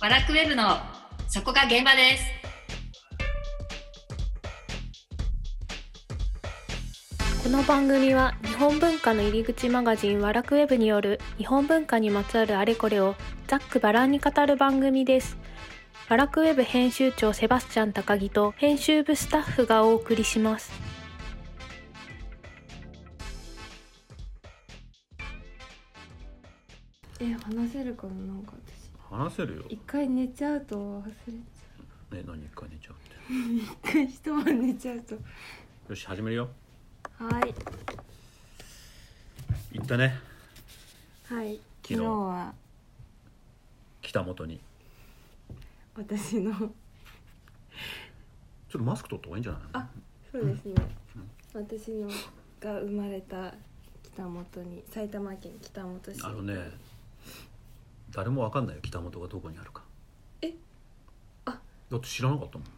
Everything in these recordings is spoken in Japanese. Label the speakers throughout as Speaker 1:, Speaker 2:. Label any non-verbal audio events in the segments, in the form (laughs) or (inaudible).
Speaker 1: バラクウェブのそこが現場です。
Speaker 2: この番組は日本文化の入り口マガジンワラクウェブによる日本文化にまつわるあれこれをざっくばらんに語る番組です。ワラクウェブ編集長セバスチャン高木と編集部スタッフがお送りします。
Speaker 3: え話せるかななんか私
Speaker 4: 話せるよ。
Speaker 3: 一回寝ちゃうと忘れち
Speaker 4: ね、何一回寝ちゃうって。
Speaker 3: ゃう一回 (laughs) 一晩寝ちゃうと
Speaker 4: よし、始めるよ。
Speaker 3: はい
Speaker 4: 行ったね。
Speaker 3: はい
Speaker 4: 昨日
Speaker 3: 昨日は
Speaker 4: 北本に。
Speaker 3: 私の
Speaker 4: ちょっとマスク取った方がいいんじゃないの
Speaker 3: あそうですね私のが生まれた北本に埼玉県北本市
Speaker 4: あのね、誰もわかんないよ、北本がどこにあるか。
Speaker 3: えあ
Speaker 4: だって知らなかったもん。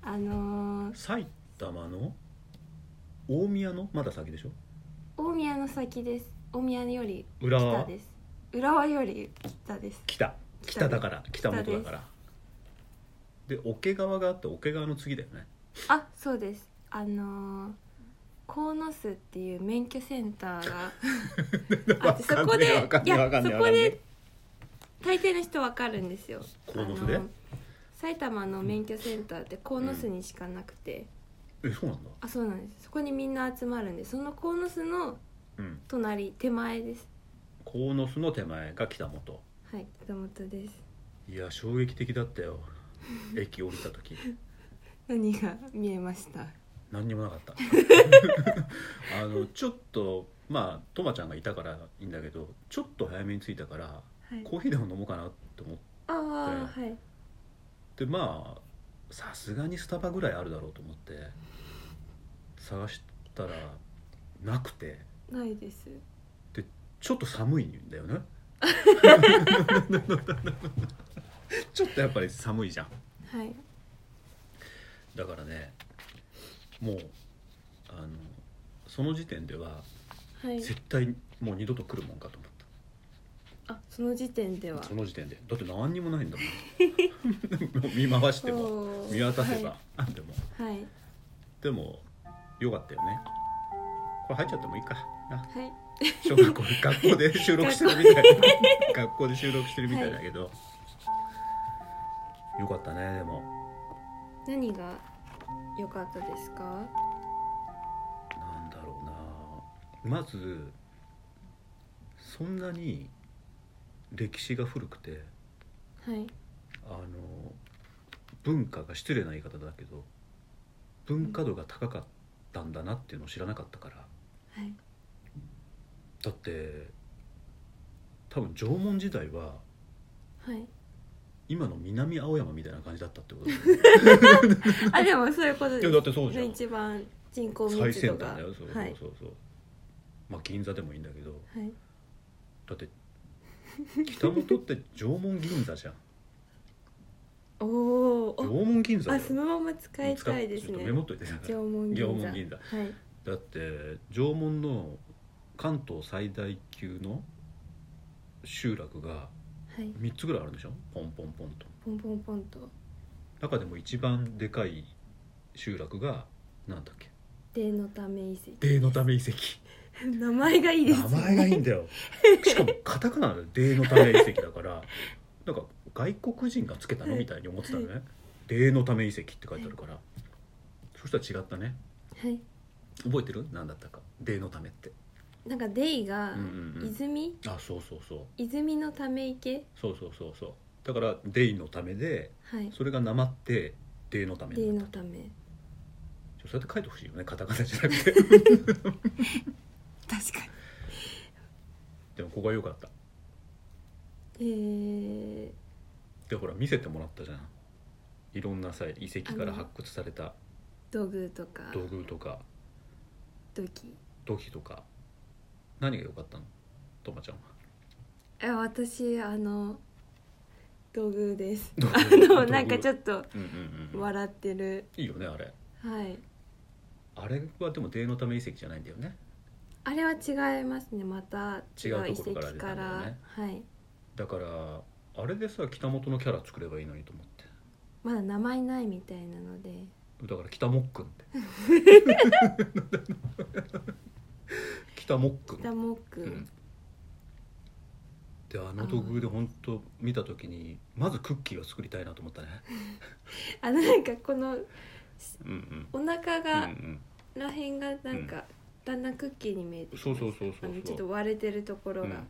Speaker 3: あのー、
Speaker 4: 埼玉の大宮のまだ先でしょ
Speaker 3: 大宮の先です大宮より
Speaker 4: 裏
Speaker 3: 北
Speaker 4: は
Speaker 3: です浦和より北です
Speaker 4: 北。北だから、北本だ
Speaker 3: 北
Speaker 4: から。で、桶川があって、桶川の次だよね。
Speaker 3: あそうですあのー鴻巣っていう免許センターがあってそ
Speaker 4: (laughs) わか
Speaker 3: こ
Speaker 4: んねえ
Speaker 3: で
Speaker 4: わかん
Speaker 3: い
Speaker 4: ねえわ
Speaker 3: や
Speaker 4: かん
Speaker 3: そ
Speaker 4: ねえ
Speaker 3: こ
Speaker 4: わかんね
Speaker 3: で大抵の人わかるんですよ
Speaker 4: 鴻巣で
Speaker 3: あのー埼玉の免許センターって鴻巣にしかなくて、
Speaker 4: え、そうなんだ。
Speaker 3: あそうなんですそこにみんな集まるんでその鴻巣の
Speaker 4: うん。
Speaker 3: 隣手前です
Speaker 4: 鴻巣の手前が北本。
Speaker 3: はい北本です
Speaker 4: いや、衝撃的だったよ。駅降りた時。
Speaker 3: 何が見えました
Speaker 4: 何にもなかったあのちょっとまあトマちゃんがいたからいいんだけどちょっと早めに着いたから
Speaker 3: はい
Speaker 4: コーヒーでも飲もうかなと思っ
Speaker 3: ああーはい
Speaker 4: てまあさすがにスタバぐらいあるだろうと思って探したらなくて
Speaker 3: ないです
Speaker 4: ちょっと寒いんだよね (laughs) ちょっとやっぱり寒いじゃん
Speaker 3: はい
Speaker 4: だからねもうあのその時点では
Speaker 3: はい
Speaker 4: 絶対もう二度と来るもんかと思った
Speaker 3: あその時点では
Speaker 4: その時点でだって何にもないんだ
Speaker 3: (laughs)
Speaker 4: もん見回しても
Speaker 3: そう
Speaker 4: 見渡せば、
Speaker 3: は
Speaker 4: あでも
Speaker 3: い、はい
Speaker 4: でもよかったよねこれ入っちゃってもいいかな
Speaker 3: はい、
Speaker 4: 小学校学校で収録してるみたいな学校で収録してるみたいだけど、よかったねでも
Speaker 3: 何が良かったですか？
Speaker 4: なんだろうなまずそんなに歴史が古くて
Speaker 3: はい、
Speaker 4: あの文化が失礼な言い方だけど文化度が高かったんだなっていうのを知らなかったから
Speaker 3: はい、
Speaker 4: だって多分縄文時代は (laughs)
Speaker 3: はい。
Speaker 4: 今の南青山みたいな感じだったってことだよ
Speaker 3: (laughs)
Speaker 4: ね
Speaker 3: あ、でもそういうこと
Speaker 4: い
Speaker 3: で
Speaker 4: や
Speaker 3: す。
Speaker 4: だってそうじゃん
Speaker 3: 一番人口
Speaker 4: 最
Speaker 3: 密
Speaker 4: 先
Speaker 3: 度
Speaker 4: 端
Speaker 3: が、
Speaker 4: だよそうそう
Speaker 3: はい、
Speaker 4: そうそう、まあ銀座でもいいんだけど
Speaker 3: はい、
Speaker 4: だって北本って縄文銀座じゃん
Speaker 3: お
Speaker 4: 縄
Speaker 3: (laughs) お、
Speaker 4: 文銀座
Speaker 3: あ、
Speaker 4: だよ
Speaker 3: そのまま使いたいです
Speaker 4: 使っちょっと
Speaker 3: ね
Speaker 4: メ。モっといて
Speaker 3: 縄文銀座、
Speaker 4: 縄文銀座
Speaker 3: はい、
Speaker 4: だって縄文の関東最大級の集落が
Speaker 3: はい、
Speaker 4: 3つぐらいあるんでしょポンポンポンと
Speaker 3: ポンポンポンと
Speaker 4: 中でも一番でかい集落がなんだっけ
Speaker 3: でのため遺跡。
Speaker 4: デのため遺跡
Speaker 3: (laughs) 名前がいいです、
Speaker 4: 名
Speaker 3: ね。
Speaker 4: 前がいいんだよしかもカタカナで「デのため遺跡」だからなんか外国人がつけたのみたいに思ってたのね「デのため遺跡」って書いてあるからそしたら違ったね
Speaker 3: はい、
Speaker 4: 覚えてる何だったか「デのため」って
Speaker 3: なんかデイ
Speaker 4: う
Speaker 3: が、
Speaker 4: んうんうん
Speaker 3: 泉、
Speaker 4: あそうそうそう
Speaker 3: 泉のため池、
Speaker 4: そうそうそうそうだから「デイのためで
Speaker 3: はい、
Speaker 4: それがなまって「デイのため
Speaker 3: デイ
Speaker 4: にな
Speaker 3: の
Speaker 4: った
Speaker 3: め。
Speaker 4: たそうやって書いてほしいよねカタカナじゃな
Speaker 3: (laughs)
Speaker 4: くて
Speaker 3: 確かに。
Speaker 4: でもここは良かった
Speaker 3: え
Speaker 4: でほら見せてもらったじゃんいろんなさ遺跡から発掘された
Speaker 3: ー、土偶とか、
Speaker 4: 道具とか
Speaker 3: 土器。
Speaker 4: 土器とか何が良かったのとまちゃんは
Speaker 3: え私あの土偶
Speaker 4: (laughs)
Speaker 3: です
Speaker 4: 土偶
Speaker 3: (laughs) あ
Speaker 4: 土
Speaker 3: の (laughs)
Speaker 4: 偶
Speaker 3: なんかちょっと
Speaker 4: うんうんうん
Speaker 3: 笑ってる
Speaker 4: いいよねあれ
Speaker 3: はい
Speaker 4: あれはでも「デイのため遺跡」じゃないんだよね
Speaker 3: あれは違いますねまた
Speaker 4: 違うところから出たんだよね
Speaker 3: はい
Speaker 4: だからあれでさ北本のキャラ作ればいいのにと思って
Speaker 3: まだ名前ないみたいなので
Speaker 4: だから北もっくんって (laughs) 北もっくん
Speaker 3: 北モック、
Speaker 4: うんであの土偶で本当見た時にまずクッキーを作りたいなと思ったね
Speaker 3: (laughs) あのなんかこの
Speaker 4: うんうん
Speaker 3: お腹
Speaker 4: うんう
Speaker 3: が、
Speaker 4: ん
Speaker 3: らへんがなんか、だんだんクッキーに見えてき
Speaker 4: そうそうそう
Speaker 3: あ
Speaker 4: そう
Speaker 3: のちょ
Speaker 4: そう
Speaker 3: っと割れてるところが、
Speaker 4: うん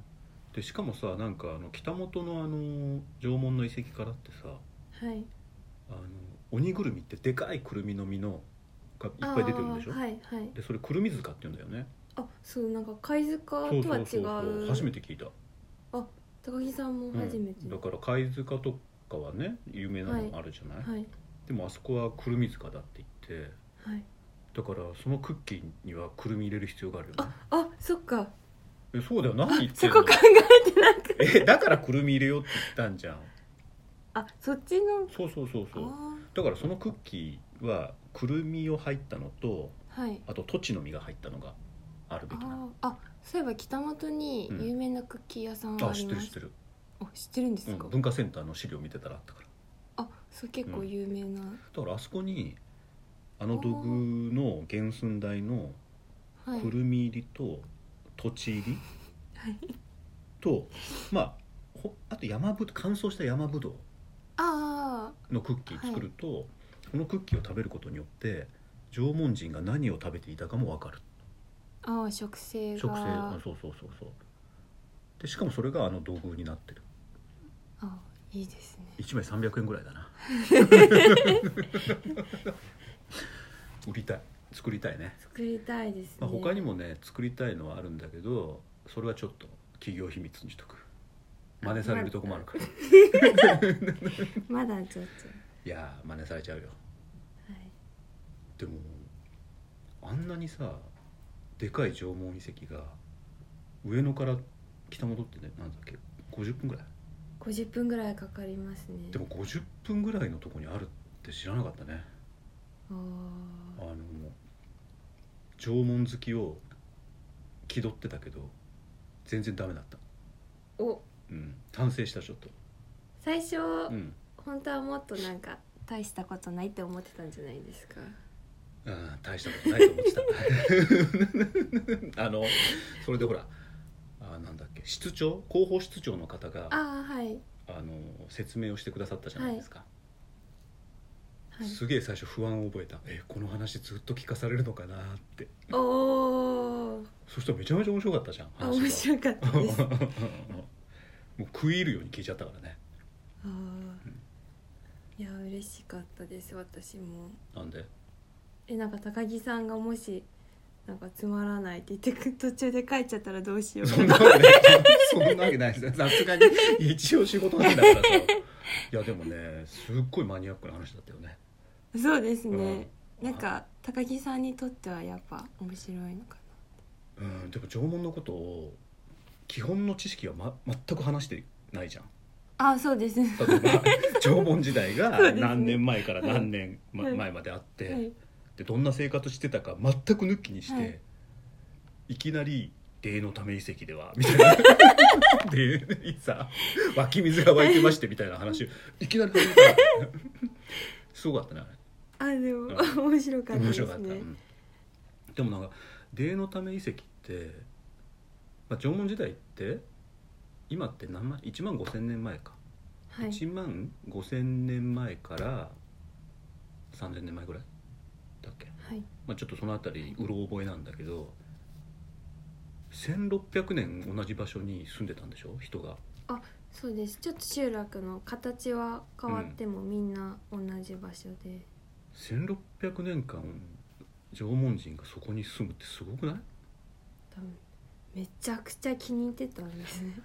Speaker 4: でしかもさなんかあの北本のあの縄文の遺跡からってさ
Speaker 3: はい
Speaker 4: あの鬼ぐるみってでかいくるみの実のがいっぱい出てるんでしょ、
Speaker 3: あーはいはい
Speaker 4: でそれくるみ塚って言うんだよね
Speaker 3: あそうなんか貝塚とは違
Speaker 4: そう
Speaker 3: う
Speaker 4: そうそうそう初めて聞いた、
Speaker 3: 高木さんも
Speaker 4: うん
Speaker 3: 初めて、
Speaker 4: だから貝塚とかはね有名なのもあるじゃない、
Speaker 3: はい
Speaker 4: でもあそこはくるみ塚だって言って
Speaker 3: はい
Speaker 4: だからそのクッキーにはくるみ入れる必要があるよね
Speaker 3: あそっか
Speaker 4: えそうだよ何言って
Speaker 3: そ
Speaker 4: んの
Speaker 3: こ考えてなかっ
Speaker 4: えだからくるみ入れようって言ったんじゃん
Speaker 3: たあそっちの
Speaker 4: そうそうそうそう
Speaker 3: あ
Speaker 4: だからそのクッキーはくるみを入ったのと
Speaker 3: ーはい
Speaker 4: あと土地の実が入ったのがあるべきな
Speaker 3: あーあそういえば北本に有名なクッキー屋さん
Speaker 4: あ
Speaker 3: はあ
Speaker 4: 知
Speaker 3: り
Speaker 4: っ
Speaker 3: ま
Speaker 4: てる知っ
Speaker 3: す、
Speaker 4: てる、
Speaker 3: あ知ってるんです
Speaker 4: うん
Speaker 3: か、
Speaker 4: 文化センターの資料見てたらあったから
Speaker 3: あそう結構有名な、
Speaker 4: だからあそこにあの土偶の原寸大の
Speaker 3: はい
Speaker 4: くるみ入りと土地入り
Speaker 3: はい
Speaker 4: とまあほあと山ぶ乾燥した山ぶど
Speaker 3: あ
Speaker 4: うのクッキー作ると、このクッキーを食べることによって縄文人が何を食べていたかも分かる
Speaker 3: ーああ食性が
Speaker 4: 植生あそうそうそうそうでしかもそれがあの道具になってる
Speaker 3: あいいですね
Speaker 4: 1枚300円ぐらい
Speaker 3: (laughs)
Speaker 4: だな売りたい作りたいね
Speaker 3: 作りたいですね、
Speaker 4: まあ、他にもね作りたいのはあるんだけどそれはちょっと企業秘密にしとく真似されるとこもあるからい
Speaker 3: まだちょっ
Speaker 4: やー真似されちゃうよ
Speaker 3: とはい
Speaker 4: でもあんなにさでかい縄文遺跡が上野から北戻ってねなんだっけ50分ぐらい
Speaker 3: 50分ぐらいかかりますね
Speaker 4: でも50分ぐらいのとこにあるって知らなかったね
Speaker 3: あ
Speaker 4: あの縄文好きを気取ってたけど全然ダメだった
Speaker 3: ーお
Speaker 4: うん反省したちょっと
Speaker 3: 最初、
Speaker 4: うん
Speaker 3: 本当はもっとなんか大したことないって思ってたんじゃないですか
Speaker 4: うん大したことないと思ってた (laughs) あのそれでほらあなんだっけ室長広報室長の方があ
Speaker 3: ああはい
Speaker 4: の説明をしてくださったじゃないですか、
Speaker 3: はい
Speaker 4: すげえ最初不安を覚えたえこの話ずっと聞かされるのかなって
Speaker 3: おお
Speaker 4: そしたらめちゃめちゃ面白かったじゃん
Speaker 3: あ
Speaker 4: 話が
Speaker 3: 面白かった
Speaker 4: (laughs)
Speaker 3: ですあ
Speaker 4: もう食い入るように聞いちゃったからね
Speaker 3: あいや嬉しかったです私も
Speaker 4: なんで
Speaker 3: えなんか高木さんがもしなんかつまらないって言って途中で帰っちゃったらどうしよう
Speaker 4: そんなわけないそんなわけないですさすがに一応仕事なんだからさいやでもねすっごいマニアックな話だったよね
Speaker 3: (laughs) そうです
Speaker 4: う
Speaker 3: ね
Speaker 4: ん、
Speaker 3: なんか高木さんにとってはやっぱ面白いのか
Speaker 4: うんでも縄文のことを基本の知識は、ま、全く話してないじゃん
Speaker 3: なあそうですね
Speaker 4: 例えば縄文時代
Speaker 3: (laughs)
Speaker 4: が
Speaker 3: そうですね
Speaker 4: 何年前から何年ま
Speaker 3: はい
Speaker 4: 前まであって、
Speaker 3: はい
Speaker 4: でどんな生活してたか全く抜きにして、
Speaker 3: はいい、
Speaker 4: きなり「霊のため遺跡では」みたいな (laughs) 「でさ湧き水が湧いてまして」みたいな話をいきなり始めたすごかったねあれ
Speaker 3: あでも面白かった
Speaker 4: 面
Speaker 3: で
Speaker 4: 白か
Speaker 3: す
Speaker 4: った、
Speaker 3: ね
Speaker 4: うんでもなんか「霊のため遺跡」って、まあ、縄文時代って今って何万1万5,000年前か、
Speaker 3: はい
Speaker 4: 1万5,000年前から3,000年前ぐらいだっけ、
Speaker 3: はい
Speaker 4: まあ、ちょっとその辺りうろ覚えなんだけど1600年同じ場所に住んでたんでしょ人が
Speaker 3: そうですちょっと集落の形は変わってもみんな同じ場所で、
Speaker 4: 1600年間縄文人がそこに住むってすごくない
Speaker 3: 多分めちゃくちゃ気に入ってたんです
Speaker 4: (laughs)
Speaker 3: ね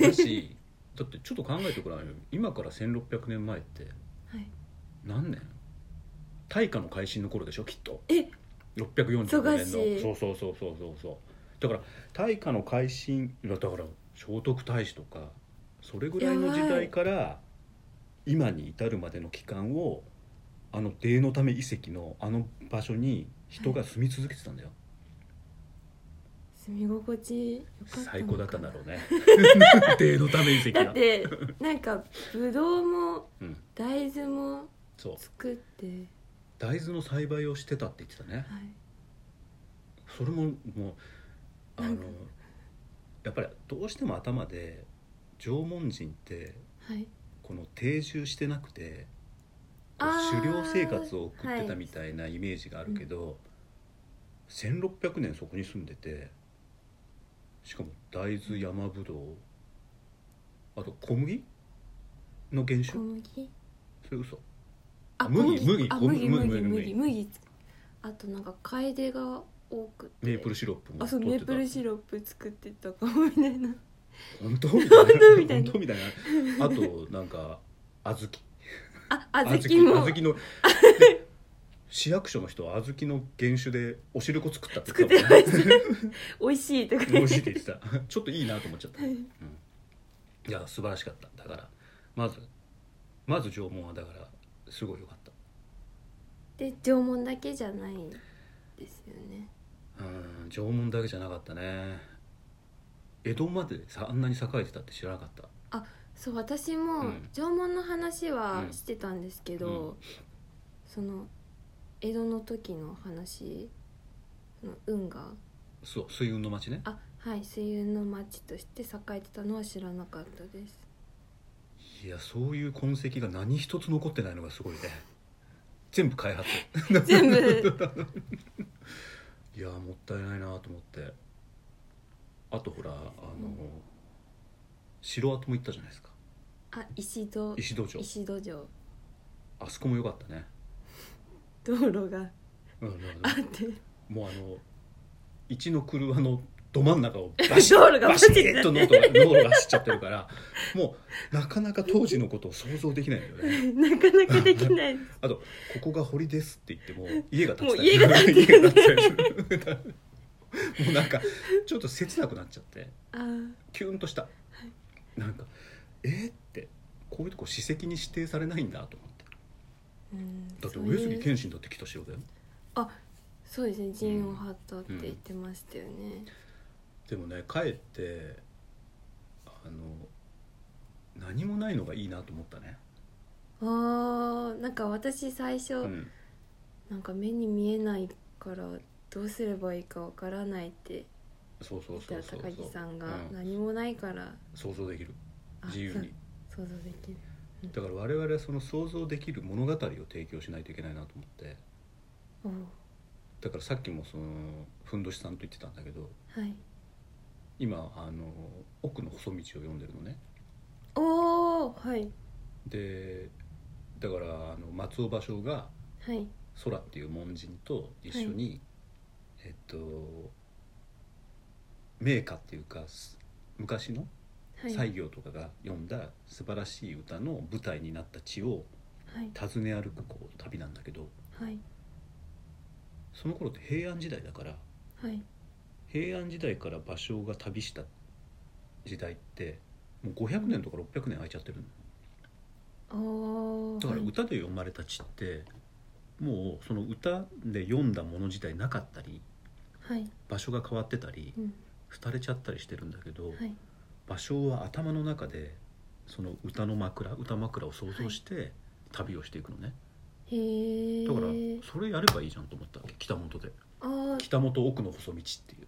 Speaker 4: だし (laughs) だってちょっと考えてごらんよ今から1600年前って
Speaker 3: はい
Speaker 4: 何年大化の改新の頃でしょきっと
Speaker 3: え
Speaker 4: 645年
Speaker 3: 忙し
Speaker 4: の
Speaker 3: い
Speaker 4: そうそうそうそうそうそうだから大化の改新いやだから聖徳太子とかそれぐらいの時代から今に至るまでの期間をあの霊のため遺跡のあの場所に人が住み続けてたんだよ、
Speaker 3: 住み心地よかったのかな
Speaker 4: 最高だったんだろうねデーのため遺
Speaker 3: (laughs)
Speaker 4: 跡
Speaker 3: だ
Speaker 4: が
Speaker 3: ってなんかぶどうも
Speaker 4: うん、
Speaker 3: 大豆も
Speaker 4: そう
Speaker 3: 作って、
Speaker 4: 大豆の栽培をしてたって言ってたね
Speaker 3: はい、
Speaker 4: それももうあ
Speaker 3: な
Speaker 4: の
Speaker 3: んか
Speaker 4: やっぱりどうしても頭で縄文人って
Speaker 3: はい、
Speaker 4: この定住してなくてこう
Speaker 3: あー
Speaker 4: 狩猟生活を送ってたみたいなイメージがあるけど、1600年そこに住んでてしかも大豆山ぶどうあと小麦の原
Speaker 3: 小
Speaker 4: 種
Speaker 3: 麦
Speaker 4: それ嘘
Speaker 3: あ
Speaker 4: 麦
Speaker 3: 小
Speaker 4: 麦
Speaker 3: あ
Speaker 4: 小
Speaker 3: 麦
Speaker 4: 麦
Speaker 3: 麦
Speaker 4: 麦
Speaker 3: 麦
Speaker 4: 麦
Speaker 3: 麦あとなんか楓が多くて
Speaker 4: メープルシロップも
Speaker 3: あそう
Speaker 4: 取
Speaker 3: メ
Speaker 4: って
Speaker 3: ー
Speaker 4: た
Speaker 3: プルシロップ作ってたかもみたいな
Speaker 4: 本当みたいな (laughs)
Speaker 3: 当みたいな
Speaker 4: 本当みたいなあとなんか小
Speaker 3: あ
Speaker 4: 豆
Speaker 3: 小豆も
Speaker 4: 小豆ので市役所の人は小豆の原酒でお汁粉作ったって
Speaker 3: 作って
Speaker 4: 言
Speaker 3: ま
Speaker 4: たもんね
Speaker 3: した (laughs) 美味しい
Speaker 4: (laughs)
Speaker 3: とか
Speaker 4: 美
Speaker 3: 言っ
Speaker 4: 味しいってて言ってたちょっといいなと思っちゃった、
Speaker 3: はい
Speaker 4: うん、いや素晴らしかっただからまずまず縄文はだからすごい良かっ
Speaker 3: で縄文だけじゃないですよね
Speaker 4: たうん縄文だけじゃなかったね江戸までさあんなに栄えてたって知らなかった
Speaker 3: そう私
Speaker 4: う
Speaker 3: も
Speaker 4: ん
Speaker 3: 縄文の話は
Speaker 4: うん
Speaker 3: してたんですけど、
Speaker 4: うん
Speaker 3: その江戸の時の話その運河
Speaker 4: そう水運の町ね
Speaker 3: あはい水運の町として栄えてたのは知らなかったです
Speaker 4: いやそういう痕跡が何一つ残ってないのがすごいね全部開発
Speaker 3: 全部
Speaker 4: (laughs) いやもったいないなと思ってあとほらあの、城跡も行ったじゃないですか
Speaker 3: あ石戸
Speaker 4: 石戸城
Speaker 3: 石戸城
Speaker 4: あそこも良かったね
Speaker 3: 道路が
Speaker 4: うんうん
Speaker 3: あって
Speaker 4: もうあの一の車のど真ん
Speaker 3: (laughs)
Speaker 4: 中をバシッ
Speaker 3: 道路が
Speaker 4: バシ
Speaker 3: バシ
Speaker 4: ッ
Speaker 3: ッ
Speaker 4: と道路が道路が走っちゃってるからもうなかなか当時のことを想像できないよね
Speaker 3: (laughs) なかなかできないです
Speaker 4: あと「ここが堀です」って言っても家が建
Speaker 3: も
Speaker 4: っ
Speaker 3: う
Speaker 4: て
Speaker 3: 家
Speaker 4: た
Speaker 3: が建ってる
Speaker 4: 家が建ってたりするもうなんかちょっと切なくなっちゃって
Speaker 3: あー
Speaker 4: キュンとしたなんか「えー、ってこういうとこ史跡に指定されないんだと思って
Speaker 3: うん
Speaker 4: だって
Speaker 3: そういう
Speaker 4: 上杉謙信だって来た城だよ
Speaker 3: そうですね陣を張ったって言ってましたよね、
Speaker 4: でもね帰ってあの何もないのがいいなと思ったね、
Speaker 3: あーなんか私最初、
Speaker 4: うん、
Speaker 3: なんか目に見えないからどうすればいいかわからないって
Speaker 4: そうそ
Speaker 3: 言
Speaker 4: う
Speaker 3: った
Speaker 4: そう
Speaker 3: ら
Speaker 4: そう
Speaker 3: 高木さんが
Speaker 4: うん
Speaker 3: 何もないから
Speaker 4: 想像できる
Speaker 3: あ
Speaker 4: 自由に
Speaker 3: そう想像できる
Speaker 4: だから我々はその想像できる物語を提供しないといけないなと思って
Speaker 3: おう
Speaker 4: だからさっきもそのふんどしさんと言ってたんだけど
Speaker 3: はい
Speaker 4: 今あの奥の細道を読んでるのね
Speaker 3: おおはい
Speaker 4: でだからあの松尾芭蕉が
Speaker 3: はい
Speaker 4: 空っていう門人と一緒に、えっと名家っていうかす昔の
Speaker 3: はいは
Speaker 4: 西
Speaker 3: い
Speaker 4: 行とかが読んだ素晴らしい歌の舞台になった地を訪ね歩くこう旅なんだけど
Speaker 3: はい
Speaker 4: その頃って平安時代だから
Speaker 3: はい
Speaker 4: 平安時代から芭蕉が旅した時代ってもう500年とか600年空いちゃってるの
Speaker 3: おお
Speaker 4: だから歌で読まれた地ってもうその歌で読んだもの自体なかったり
Speaker 3: はい
Speaker 4: 場所が変わってたり
Speaker 3: うん
Speaker 4: 廃れちゃったりしてるんだけど
Speaker 3: はい
Speaker 4: 芭蕉は頭の中でその歌の枕歌枕を想像して旅をしていくのね。
Speaker 3: へえ
Speaker 4: だからそれやればいいじゃんと思ったわけ北本で
Speaker 3: あー
Speaker 4: 北本奥の細道っていう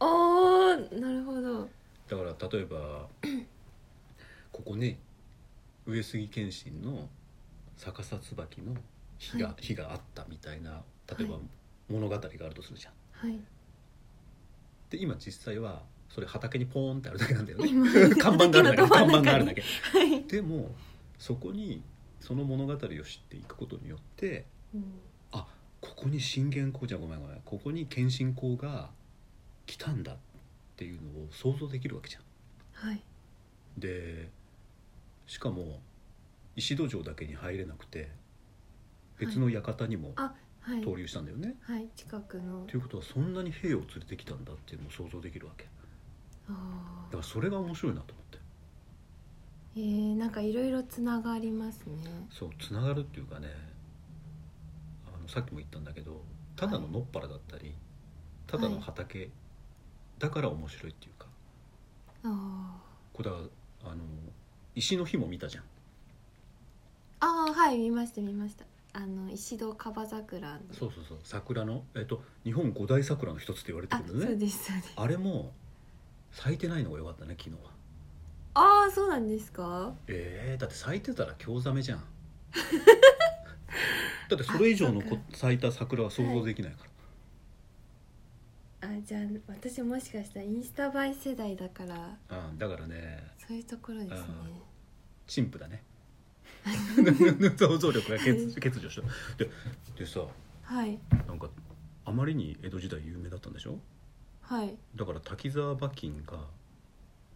Speaker 3: あーなるほど
Speaker 4: だから例
Speaker 3: (clears throat)
Speaker 4: えばここに上杉謙信の逆さ椿の日が,、
Speaker 3: はい
Speaker 4: 日があったみたいな例えば
Speaker 3: はい
Speaker 4: 物語があるとするじゃん、
Speaker 3: はい
Speaker 4: で今実際はそれ畑にポーンってあるだけなんだよね
Speaker 3: 今
Speaker 4: (laughs) 看板があるだけ
Speaker 3: ど真ん中に
Speaker 4: 看板があるだけ
Speaker 3: はい
Speaker 4: でもそこにその物語を知っていくことによって
Speaker 3: うん
Speaker 4: あここに信玄公じゃごめんごめんここに謙信公が来たんだっていうのを想像できるわけじゃん。
Speaker 3: はい
Speaker 4: でしかも石戸城だけに入れなくて別の館にも
Speaker 3: あはい
Speaker 4: 投留したんだよね。
Speaker 3: はい近くの
Speaker 4: ということはそんなに兵を連れてきたんだっていうのを想像できるわけだ
Speaker 3: あ
Speaker 4: からそれが面白いなと思って
Speaker 3: ーへえなんかいろいろつながりますね
Speaker 4: そうつながるっていうかねあのさっきも言ったんだけどただの野っ原だったり、ただの畑だから面白いっていうか
Speaker 3: あ
Speaker 4: これだからあの石の日も見たじゃん
Speaker 3: ーあーはい見ました見ましたあの石戸樺桜の
Speaker 4: そうそうそう桜の、えっと、日本五大桜の一つって言われて
Speaker 3: あ
Speaker 4: るけ
Speaker 3: そ
Speaker 4: どね
Speaker 3: うですそうです
Speaker 4: あれも咲いてないのが良かったね昨日は
Speaker 3: ああそうなんですか
Speaker 4: えー、だって咲いてたら興ざめ (laughs) じゃんだってそれ以上の
Speaker 3: あ
Speaker 4: こ
Speaker 3: そうか
Speaker 4: 咲いた桜は想像できないから、
Speaker 3: あじゃあ私もしかしたらインスタ映え世代だから
Speaker 4: うん、だからね
Speaker 3: そういうところですね
Speaker 4: 陳腐だ
Speaker 3: (laughs)
Speaker 4: ね想像力が欠欠如したででさ
Speaker 3: はい
Speaker 4: なんかあまりに江戸時代有名だったんでしょ
Speaker 3: はい
Speaker 4: だから滝沢馬琴が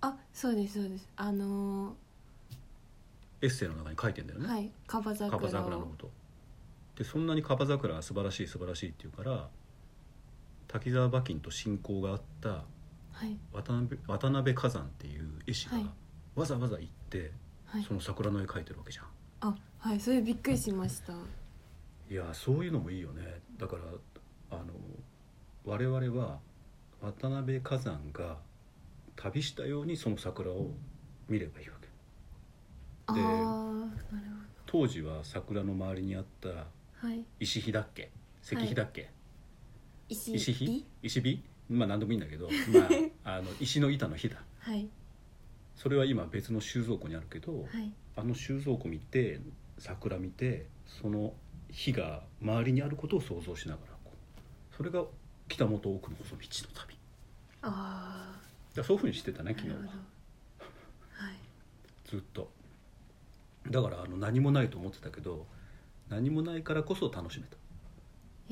Speaker 3: あそうですそうですあの
Speaker 4: エッセイの中に書いてんだよ
Speaker 3: ー
Speaker 4: ね、
Speaker 3: はい樺桜を
Speaker 4: 樺桜のことでそんなに樺桜が素晴らしい素晴らしいっていうから滝沢馬琴と親交があった
Speaker 3: はい
Speaker 4: 渡辺渡辺崋山っていう絵師が
Speaker 3: はい
Speaker 4: わざわざ行って、
Speaker 3: はい
Speaker 4: その桜の絵描いてるわけじゃん
Speaker 3: あはいそれびっくりしました
Speaker 4: いやそういうのもいいよねだからあの我々は渡辺崋山が旅したようにその桜を見ればいいわけ
Speaker 3: ああ
Speaker 4: で
Speaker 3: なる
Speaker 4: 当時は桜の周りにあった
Speaker 3: ほどはい
Speaker 4: 石碑だっけ石碑だっけ、
Speaker 3: 石
Speaker 4: 石碑石碑まあ何でもいいんだけど、まあ、あの石の板の碑だ
Speaker 3: はい
Speaker 4: それは今別の収蔵庫にあるけど、
Speaker 3: はい
Speaker 4: あの収蔵庫見て桜見てその火が周りにあることを想像しながらこうそれが北本奥の細道の旅
Speaker 3: あ
Speaker 4: だそういうふうにしてた
Speaker 3: あ
Speaker 4: ね
Speaker 3: な
Speaker 4: 昨
Speaker 3: る
Speaker 4: 日
Speaker 3: ほ
Speaker 4: は
Speaker 3: どはい
Speaker 4: ずっとだからあの何もないと思ってたけど何もないからこそ楽しめた、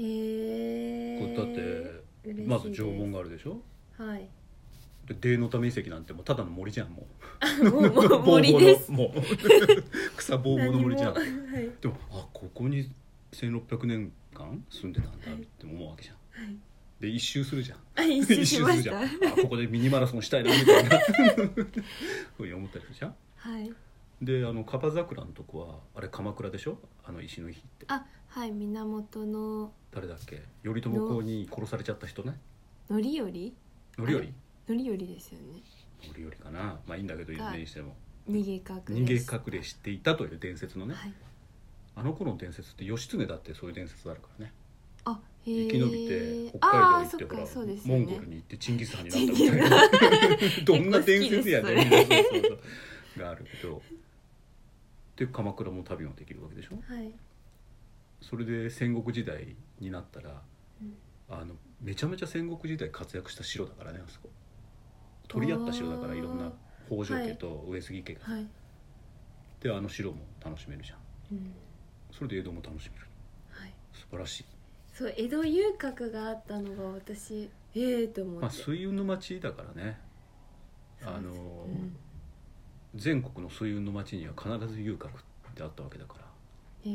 Speaker 3: へ
Speaker 4: こ
Speaker 3: え
Speaker 4: れだってまず縄文があるでしょ
Speaker 3: はい (laughs)
Speaker 4: でデのため遺跡なんてもうただの森じゃんも
Speaker 3: も
Speaker 4: (laughs)
Speaker 3: うも
Speaker 4: う
Speaker 3: う森です
Speaker 4: ボーボーのもう (laughs) 草ぼうぼうの森じゃん
Speaker 3: 何もはい
Speaker 4: でもあここに1600年間住んでたんだって思うわけじゃん、
Speaker 3: はい
Speaker 4: で一周するじゃん
Speaker 3: あ一周しました
Speaker 4: ゃ (laughs) ん
Speaker 3: は
Speaker 4: あここでミニマラソンしたいなみたいな (laughs) ふうに思ったりするじゃん
Speaker 3: い
Speaker 4: であの樺桜のとこはあれ鎌倉でしょあの石の日って
Speaker 3: あはい源の
Speaker 4: 誰だっけ頼朝公に殺されちゃった人ね
Speaker 3: のりより
Speaker 4: 範頼範
Speaker 3: のりよりですよね
Speaker 4: 頼かなまあいいんだけどいずれにしても
Speaker 3: 逃げ隠れ
Speaker 4: 人間隠れしていたという伝説のね、
Speaker 3: はい
Speaker 4: あの頃の伝説って義経だってそういう伝説があるからね
Speaker 3: あへ
Speaker 4: 生
Speaker 3: え
Speaker 4: き延びて北海道
Speaker 3: あ
Speaker 4: 行
Speaker 3: ー
Speaker 4: っ
Speaker 3: そ
Speaker 4: て
Speaker 3: っ
Speaker 4: ほ
Speaker 3: か
Speaker 4: ら
Speaker 3: そうです
Speaker 4: モ
Speaker 3: よ
Speaker 4: ンゴ
Speaker 3: ね
Speaker 4: ルに行ってチンギス・ハンになったみたい
Speaker 3: (laughs)
Speaker 4: などんな伝説やねん
Speaker 3: 結
Speaker 4: そうそうそうがあるけどで鎌倉も旅もできるわけでしょ
Speaker 3: はい
Speaker 4: それで戦国時代になったら、
Speaker 3: うん
Speaker 4: あのめちゃめちゃ戦国時代活躍した城だからねあそこ取り合った城だから
Speaker 3: あー
Speaker 4: いろんな北条家と上杉家が、
Speaker 3: はい
Speaker 4: であの城も楽しめるじゃん
Speaker 3: うん
Speaker 4: それで江戸も楽しめる
Speaker 3: はい
Speaker 4: 素晴らしい、
Speaker 3: そう江戸遊郭があったのが私ええと思
Speaker 4: まあ、
Speaker 3: って
Speaker 4: 水運の町だからねあのー、
Speaker 3: うん
Speaker 4: 全国の水運の町には必ず遊郭ってあったわけだから
Speaker 3: へえ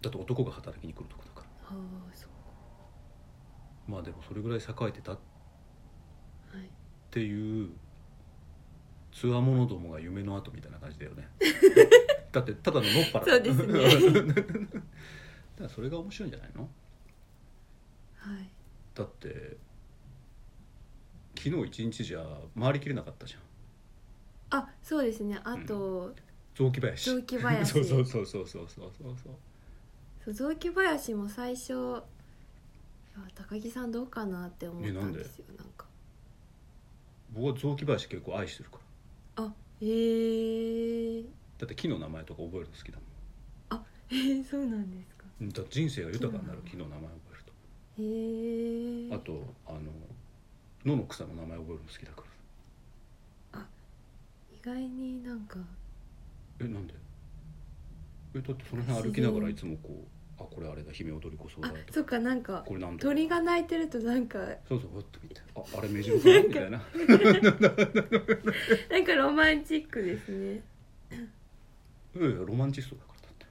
Speaker 4: だって男が働きに来るとこだから
Speaker 3: ああそう
Speaker 4: まあでもそれぐらい栄えてたっ
Speaker 3: はい
Speaker 4: ていうつわものどもが夢の後みたいな感じだよ
Speaker 3: (laughs)
Speaker 4: ねだってただののっぱら
Speaker 3: そうですね
Speaker 4: だからそれが面白いんじゃないの
Speaker 3: はい
Speaker 4: だって昨日一日じゃ回りきれなかったじゃん
Speaker 3: あそうですねあと
Speaker 4: 雑木林
Speaker 3: 雑木林
Speaker 4: (laughs) そうそうそうそうそうそうそう
Speaker 3: そう雑木林も最初いや高木さんどうかなって思ったんですよなんか
Speaker 4: 僕は雑木林結構愛してるから
Speaker 3: あえー、 (laughs)
Speaker 4: だって木の名前とか覚えるの好きだもん
Speaker 3: えー、そうなんですか
Speaker 4: うんだって人生が豊かになる木の名前を覚えると
Speaker 3: へえー、
Speaker 4: あとあの野の草の名前を覚えるの好きだか
Speaker 3: 意外になんから
Speaker 4: えなんでえだってその辺歩きながらいつもこうあこれあれだ姫踊りこそだ
Speaker 3: あ
Speaker 4: とか
Speaker 3: そっかなんか
Speaker 4: これなんだ
Speaker 3: 鳥が鳴いてるとなんか
Speaker 4: そうそうふっと見てああれ目白
Speaker 3: (laughs)
Speaker 4: かなみたいな
Speaker 3: なんかロマンチックですね
Speaker 4: いやいやロマンチストだからだって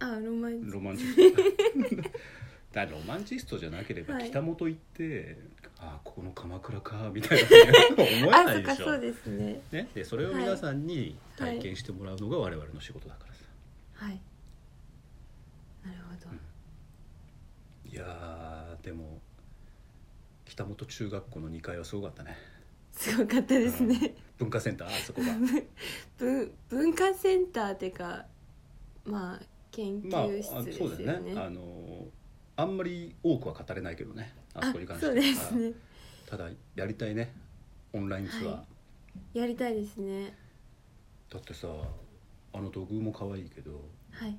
Speaker 3: あロマンチック
Speaker 4: ロマンチス
Speaker 3: (laughs)
Speaker 4: トだからロマンチストじゃなければ
Speaker 3: はい
Speaker 4: 北本行って、あここの鎌倉かみたいなふ
Speaker 3: (laughs)
Speaker 4: うに思え
Speaker 3: あ
Speaker 4: な
Speaker 3: そ
Speaker 4: い
Speaker 3: っ
Speaker 4: で
Speaker 3: か
Speaker 4: しょ
Speaker 3: そうですね
Speaker 4: ね、でそれを皆さんに体験してもらうのが我々の仕事だからさ、
Speaker 3: はいなるほど
Speaker 4: いやーでも北本中学校の2階はすごかったね
Speaker 3: すごかったですね (laughs)
Speaker 4: 文化センターあそこが
Speaker 3: 文文化センターっていうかまあ研
Speaker 4: まああ
Speaker 3: 究室です
Speaker 4: そ
Speaker 3: よ
Speaker 4: うだよね
Speaker 3: ね。
Speaker 4: あのあんまり多くは語れないけどねあそこに関して
Speaker 3: そ
Speaker 4: は
Speaker 3: うです
Speaker 4: は
Speaker 3: ね
Speaker 4: い。ただやりたいねオンラインツアー、
Speaker 3: はいやりたいですね。
Speaker 4: だってさあの土偶も可愛いけど
Speaker 3: はい。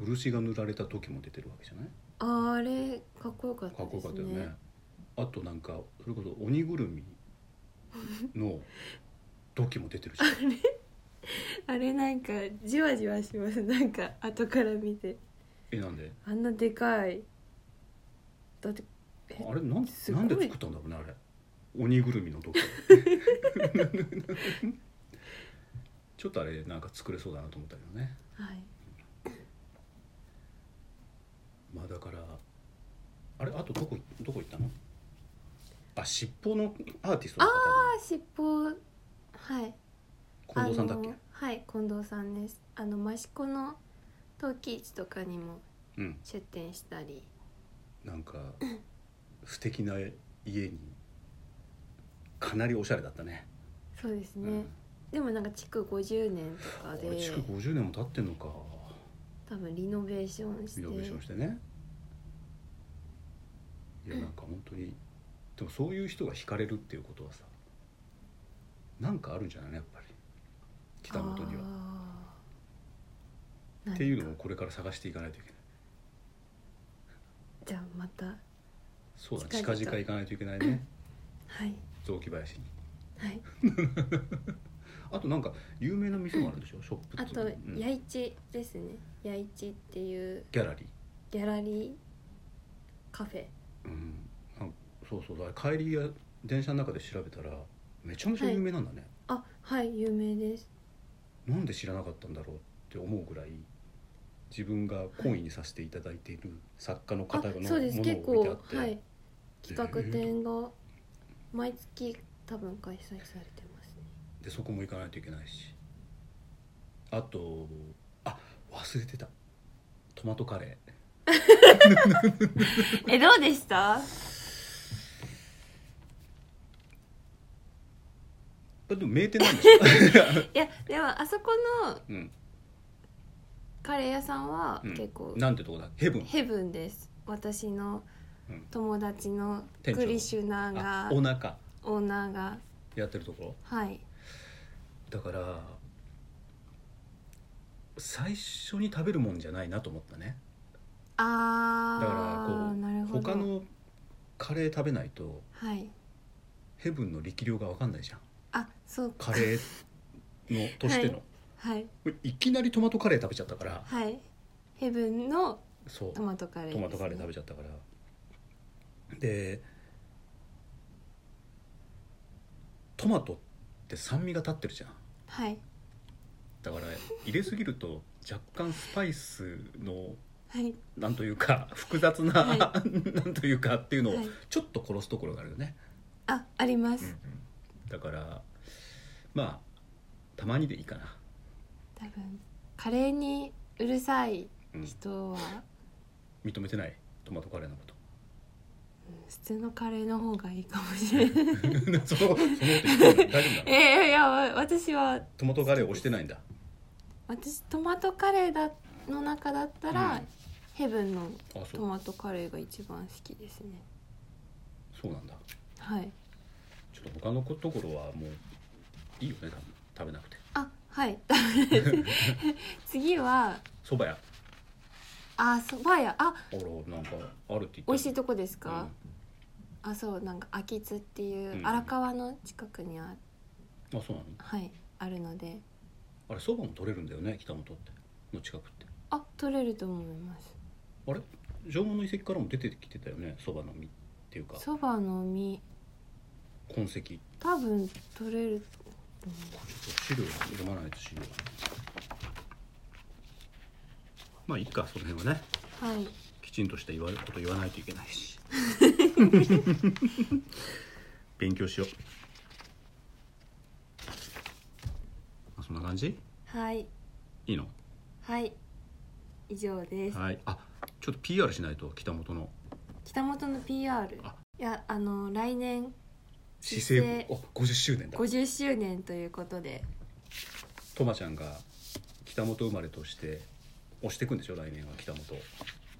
Speaker 4: 漆が塗られた時も出てるわけじゃない
Speaker 3: ああれかっこよかった
Speaker 4: かっ
Speaker 3: で
Speaker 4: こよか
Speaker 3: す
Speaker 4: ったよね
Speaker 3: ね。
Speaker 4: あとなんかそれこそ鬼ぐるみの時も出てるじゃん
Speaker 3: (laughs) あれなんかじわじわします。 (laughs) なんか後から見て
Speaker 4: えなんで
Speaker 3: あんなでかい。だってえ
Speaker 4: あれなん
Speaker 3: すごい
Speaker 4: なんで作ったんだろうねあれ鬼ぐるみの
Speaker 3: (laughs)
Speaker 4: 時ちょっとあれなんか作れそうだなと思ったけどね
Speaker 3: はい。
Speaker 4: まあだからあれあとどこどこ行ったのあ尻尾のアーティストの方
Speaker 3: あ尻尾はい。
Speaker 4: 近藤さんだっけ
Speaker 3: あのはい近藤さんです。あの益子の陶器市とかにも
Speaker 4: うん
Speaker 3: 出店したり。
Speaker 4: なんか素敵な家にかなりおしゃれだったね
Speaker 3: そうです
Speaker 4: う
Speaker 3: ね。
Speaker 4: ん
Speaker 3: でもなんか築50年とか
Speaker 4: これ
Speaker 3: で
Speaker 4: 築50年も経ってんのか
Speaker 3: 多分リノベーションして
Speaker 4: リノベーションしてねいやなんか本当にでもそういう人が惹かれるっていうことはさなんかあるんじゃないのやっぱり北本には
Speaker 3: あーなんか
Speaker 4: っていうのをこれから探していかないといけない
Speaker 3: じゃあまた
Speaker 4: そうだね
Speaker 3: 近
Speaker 4: 近
Speaker 3: 々
Speaker 4: 々行かないといけないね
Speaker 3: はい
Speaker 4: 雑木林に
Speaker 3: はい
Speaker 4: あとなんか有名な店もあるでしょ、ショップ
Speaker 3: あ
Speaker 4: って
Speaker 3: と
Speaker 4: いううん
Speaker 3: 八市ですね八市っていう
Speaker 4: ギャラリー、
Speaker 3: ギャラリーカフェ
Speaker 4: うん、なんかそうそうだから帰りや電車の中で調べたらめちゃめちゃ有名なんだね、
Speaker 3: あはい有名です
Speaker 4: なんで知らなかったんだろうって思うぐらい自分が懇意にさせていただいている作家の
Speaker 3: あ
Speaker 4: 方のもの
Speaker 3: そう
Speaker 4: を
Speaker 3: です
Speaker 4: 置い
Speaker 3: 結
Speaker 4: て
Speaker 3: 構
Speaker 4: あって、
Speaker 3: はい企画展が毎月多分開催されてますね
Speaker 4: でそこも行かないといけないしあとあ忘れてたトマトカレ
Speaker 3: (laughs)
Speaker 4: ー
Speaker 3: えどうでした
Speaker 4: これでも名店なん (laughs) ですよ、
Speaker 3: いやでもあそこの
Speaker 4: うん
Speaker 3: カレー屋さんは
Speaker 4: うん
Speaker 3: 結構、
Speaker 4: なんてとこだヘブン
Speaker 3: ヘブンです私の
Speaker 4: うん
Speaker 3: 友達のク
Speaker 4: 店長
Speaker 3: リシュナー
Speaker 4: あ
Speaker 3: が
Speaker 4: お腹
Speaker 3: オーナーが
Speaker 4: やってるところ
Speaker 3: はい
Speaker 4: だから最初に食べるもんじゃないなと思ったねだから
Speaker 3: あ
Speaker 4: こ
Speaker 3: あ
Speaker 4: う
Speaker 3: なるほど
Speaker 4: 他のカレー食べないと
Speaker 3: はい
Speaker 4: ヘブンの力量が分かんないじゃん
Speaker 3: あそう
Speaker 4: カレーのとしての、
Speaker 3: はい
Speaker 4: い、きなりトマトカレー食べちゃったから
Speaker 3: はいヘブンの
Speaker 4: そう
Speaker 3: トマトカレーです
Speaker 4: ト
Speaker 3: ね、
Speaker 4: マトカレー食べちゃったからでトマトって酸味が立ってるじゃん
Speaker 3: はい
Speaker 4: だから入れすぎると若干スパイスの
Speaker 3: はい
Speaker 4: なんというか複雑な、
Speaker 3: はい
Speaker 4: (laughs) なんというかっていうのを
Speaker 3: はい
Speaker 4: ちょっと殺すところがあるよね、
Speaker 3: ああります、
Speaker 4: だからまあたまにでいいかな、
Speaker 3: 多分カレーにうるさい
Speaker 4: うん
Speaker 3: 人は、
Speaker 4: 認めてないトマトカレーのこと
Speaker 3: 普通のカレーの方がいいかもしれない
Speaker 4: (laughs) そのそのこと言っても大丈夫だ
Speaker 3: (laughs) え
Speaker 4: ろう
Speaker 3: いや私は
Speaker 4: トマトカレー押してないんだ
Speaker 3: 私トマトカレーだの中だったら、
Speaker 4: うん
Speaker 3: ヘブンの
Speaker 4: あそ
Speaker 3: ト
Speaker 4: う
Speaker 3: マトカレーが一番好きですね
Speaker 4: そうなんだ
Speaker 3: はい
Speaker 4: ちょっと他のところはもういいよね多分食べなくて
Speaker 3: あはい (laughs) 次は
Speaker 4: そば屋
Speaker 3: あそば屋あ
Speaker 4: あらなんかあるって言って
Speaker 3: 美味しい
Speaker 4: と
Speaker 3: とこですか、あそうなんか秋津っていう
Speaker 4: うん
Speaker 3: 荒川の近くにあ,、
Speaker 4: うん、あそうなの
Speaker 3: はい、あるので
Speaker 4: あれそばも取れるんだよね北本っての近くって
Speaker 3: あ取れると思います
Speaker 4: あれ縄文の遺跡からも出てきてたよねそばの実っていうか
Speaker 3: そばの実
Speaker 4: 痕跡こ
Speaker 3: 多分取れる
Speaker 4: れちょっと資料読まないと資料まあいいかその辺はね
Speaker 3: はい
Speaker 4: きちんとした言われこと言わないといけない (laughs) し勉強しよう、まあ、そんな感じ
Speaker 3: はい
Speaker 4: いいの
Speaker 3: はい以上です
Speaker 4: はいあちょっと PR しないと北本の
Speaker 3: 北本の PR
Speaker 4: あ
Speaker 3: いやあの来年市
Speaker 4: 市
Speaker 3: 政
Speaker 4: 政府あ50周年だ
Speaker 3: 50周年ということで
Speaker 4: トマちゃんが北本生まれとして押していくんでしょ来年は北本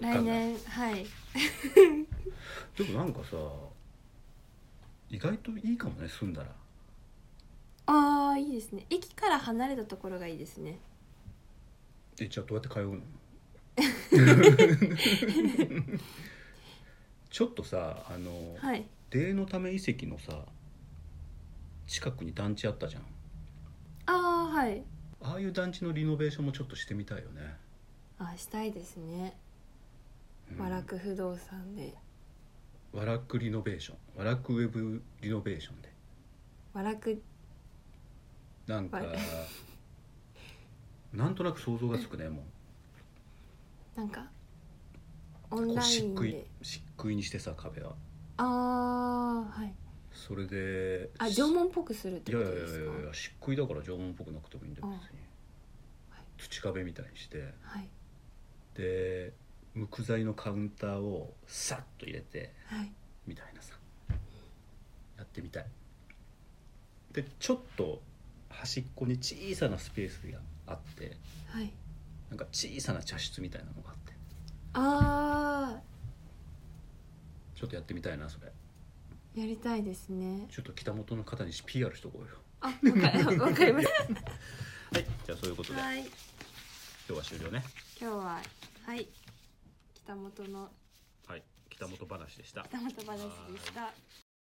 Speaker 3: 来年はい
Speaker 4: でもなんかさ意外といいかもね住んだら
Speaker 3: ああいいですね駅から離れたところがいいですね
Speaker 4: えじゃあどうやって
Speaker 3: (laughs)
Speaker 4: 通うのちょっとさあの、
Speaker 3: はい
Speaker 4: デーのため遺跡のさ近くに団地あったじゃん
Speaker 3: ああはい
Speaker 4: ああいう団地のリノベーションもちょっとしてみたいよね、
Speaker 3: あーしたいですね
Speaker 4: うん
Speaker 3: 和楽不動産で
Speaker 4: 和楽リノベーション和楽ウェブリノベーションで
Speaker 3: 和楽
Speaker 4: なんか、
Speaker 3: はい
Speaker 4: なんとなく想像がつくねも
Speaker 3: なんかオ
Speaker 4: う
Speaker 3: ン
Speaker 4: こう
Speaker 3: ライ
Speaker 4: 漆
Speaker 3: ン
Speaker 4: 喰
Speaker 3: で
Speaker 4: 漆喰にしてさ壁は
Speaker 3: ああはい
Speaker 4: それで
Speaker 3: あ縄文っぽくするっ
Speaker 4: い
Speaker 3: て
Speaker 4: や
Speaker 3: こ
Speaker 4: い
Speaker 3: と
Speaker 4: やいやい
Speaker 3: で
Speaker 4: や
Speaker 3: すか
Speaker 4: 漆喰だから縄文っぽくなくてもいいんだよ
Speaker 3: うん
Speaker 4: 別に、
Speaker 3: はい
Speaker 4: 土壁みたいにして
Speaker 3: はい
Speaker 4: で無垢材のカウンターをさっと入れて
Speaker 3: はい
Speaker 4: みたいなさやってみたいでちょっと端っこに小さなスペースがあって
Speaker 3: はい
Speaker 4: なんか小さな茶室みたいなのがあって
Speaker 3: あ
Speaker 4: ちょっとやってみたいなそれ
Speaker 3: あやりたいですね
Speaker 4: ちょっと北本の方に PR しとこうよ
Speaker 3: (laughs) あわかりわかりまし
Speaker 4: はいじゃあそういうこと
Speaker 3: た
Speaker 4: で
Speaker 3: はい
Speaker 4: 今日は終了ね
Speaker 3: 今日ははい北本の
Speaker 4: はい北本話でした
Speaker 3: 北本話でした